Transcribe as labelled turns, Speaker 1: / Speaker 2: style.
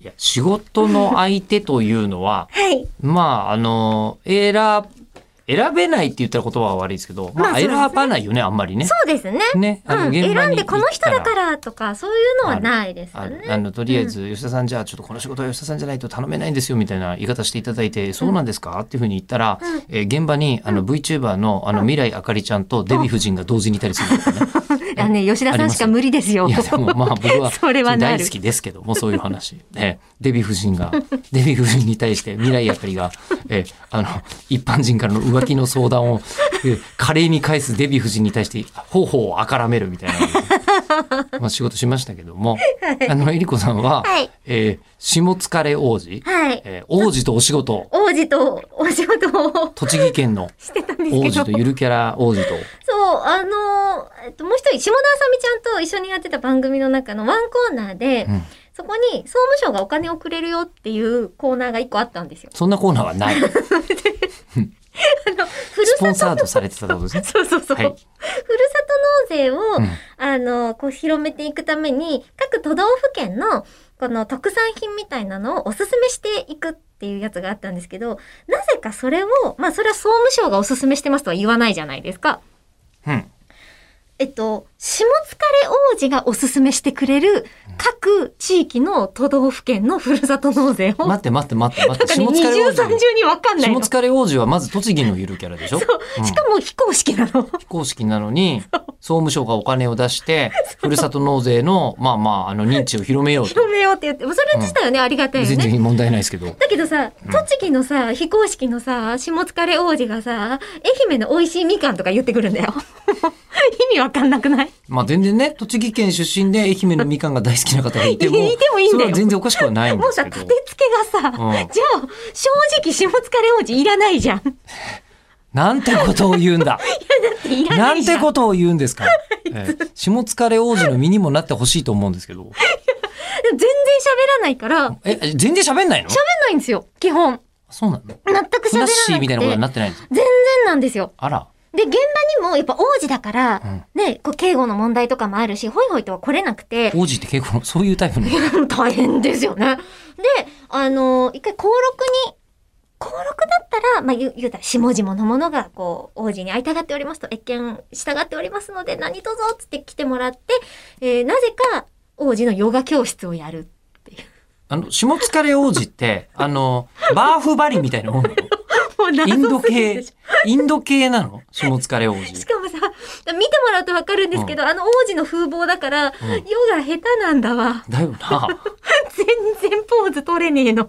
Speaker 1: いや仕事の相手というのは
Speaker 2: はい。
Speaker 1: まああの選選べないって言ったら言葉は悪いですけど、ま
Speaker 2: ま
Speaker 1: あ、
Speaker 2: あそうです
Speaker 1: 選
Speaker 2: ね
Speaker 1: ばないよねあんまりね。
Speaker 2: そうですね。
Speaker 1: ね、あの
Speaker 2: うん、
Speaker 1: 現場に行った
Speaker 2: 選んでこの人だからとかそういうのはないですよ
Speaker 1: あ
Speaker 2: ね。
Speaker 1: あのとりあえず吉田さんじゃあちょっとこの仕事は吉田さんじゃないと頼めないんですよみたいな言い方していただいて、そうなんですかっていうふうに言ったら、
Speaker 2: うん
Speaker 1: えー現場にあの VTuber のあの未来あかりちゃんとデヴィ夫人が同時にいたりするんですよね。
Speaker 2: いやね、吉田さんしか無理ですよ。
Speaker 1: いやでもまあ僕は
Speaker 2: それはな
Speaker 1: 大
Speaker 2: る
Speaker 1: 好。きですけどもそういう話、えーデヴィ夫人が デヴィ夫人に対して未来あかりが、えーあの一般人からの浮気の相談を、えー華麗に返すデヴィ夫人に対して頬をあからめるみたいな、 まあ、仕事しましたけども、あのえりこさんは、
Speaker 2: はい
Speaker 1: えー下疲れ王子、
Speaker 2: はい。
Speaker 1: えー王子とお仕事
Speaker 2: 王子とお仕事を
Speaker 1: 栃木県の
Speaker 2: してたんですけ
Speaker 1: 王
Speaker 2: ど
Speaker 1: 子とゆるキャラ王子と
Speaker 2: そう、あのー、えっと、もう一人、下田あさみちゃんと一緒にやってた番組の中のワンコーナーで、
Speaker 1: うん
Speaker 2: そこに総務省がお金をくれるよっていうコーナーが一個あったんですよ。
Speaker 1: そんなコーナーは ないス
Speaker 2: あの、ふるさ
Speaker 1: ポンサードされてたってことですね。
Speaker 2: そうそうそう。
Speaker 1: はい
Speaker 2: ふるさと納税を、
Speaker 1: うん
Speaker 2: あの、こう広めていくために、各都道府県の、この特産品みたいなのをおすすめしていくっていうやつがあったんですけど、なぜかそれを、まあそれは総務省がおすすめしてますとは言わないじゃないですか。
Speaker 1: うん
Speaker 2: えっと、下疲れ王子がおすすめしてくれる各地域の都道府県のふるさと納税を、
Speaker 1: 待って待って待って待って。
Speaker 2: なんかね、二重三重にわかんない
Speaker 1: 下
Speaker 2: の。
Speaker 1: 疲れ王子はまず栃木のゆるキャラでしょうん
Speaker 2: しかも非公式なの。
Speaker 1: 非公式なのに、総務省がお金を出して、ふるさと納税の、まあまあ、あの、認知を広めようと
Speaker 2: 広。めようって言って、それ自体はね、ありがたいよ
Speaker 1: 全
Speaker 2: ね。
Speaker 1: 然問題ないですけど。
Speaker 2: だけどさ、栃木のさ、非公式のさ、下疲れ王子がさ、愛媛の美味しいみかんとか言ってくるんだよ。 意味わかんなくない
Speaker 1: まあ全然ね、栃木県出身で愛媛のみかんが大好きな方がいても、
Speaker 2: いてもいいんだよ
Speaker 1: それは全然おかしくはないん
Speaker 2: も
Speaker 1: で
Speaker 2: う
Speaker 1: す
Speaker 2: さ、
Speaker 1: け
Speaker 2: 立
Speaker 1: ど
Speaker 2: て。付けがさ、
Speaker 1: うん
Speaker 2: じゃあ、正直下疲れ王子いらないじゃん。だ
Speaker 1: なんてことを言うんだ。
Speaker 2: って いらな
Speaker 1: ないん
Speaker 2: じゃん。
Speaker 1: てことを言うん ですか。ええ下疲れ王子の身にもなってほしいと思うんですけど。
Speaker 2: 全然喋らないから、喋ん
Speaker 1: え、全然喋んないの
Speaker 2: ないんですよ、基本。
Speaker 1: そうなの
Speaker 2: 全
Speaker 1: フ
Speaker 2: く喋ら
Speaker 1: ナ
Speaker 2: な
Speaker 1: ッシー
Speaker 2: い
Speaker 1: みたいなことになってないんです。
Speaker 2: 全然なんですよ。
Speaker 1: あら。
Speaker 2: で、現場にもやっぱ王子だから、ね、こう、警護の問題とかもあるし、ホイホイとは来れなくて、
Speaker 1: 王子って結構そういうタイプの。
Speaker 2: 大変ですよね。で、あの、一回高6に、高6だったら、まあ、言う、言うたら、下々の者が、こう、王子に会いたがっておりますと、謁見従っておりますので、何とぞっつって来てもらって、えーなぜか、王子のヨガ教室をやる。
Speaker 1: あの、下疲れ王子って、あの、バーフバリみたいな もんなの
Speaker 2: もう
Speaker 1: インド
Speaker 2: 謎すぎる
Speaker 1: 系
Speaker 2: でし、
Speaker 1: インド系なの下疲れ王子
Speaker 2: ょ。。しかもさ、見てもらうとわかるんですけど、あの王子の風貌だから、
Speaker 1: ん
Speaker 2: ヨガ下手なんだわ。
Speaker 1: だよな。
Speaker 2: 全然ポーズ取れねえの。